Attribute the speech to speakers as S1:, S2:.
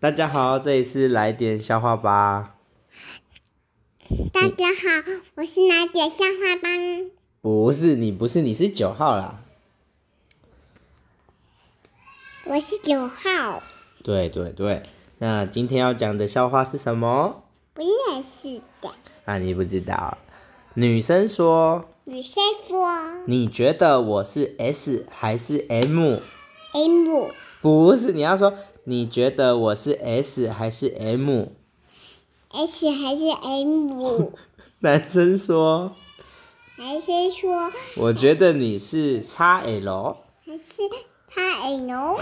S1: 大家好，这里是来点笑话吧。
S2: 大家好，我是奶姐笑话班。
S1: 不是你，不是你是九号啦。
S2: 我是九号，
S1: 对对对，那今天要讲的笑话是什么？
S2: 不认识的
S1: 啊，你不知道。女生说
S2: 女生说：“
S1: 你觉得我是 S 还是 M？”
S2: M
S1: 不是，你要说你觉得我是 S 还是 M？
S2: S 还是 M？
S1: 男生说
S2: 男生说：“
S1: 我觉得你是 XL。
S2: 还是他 L？”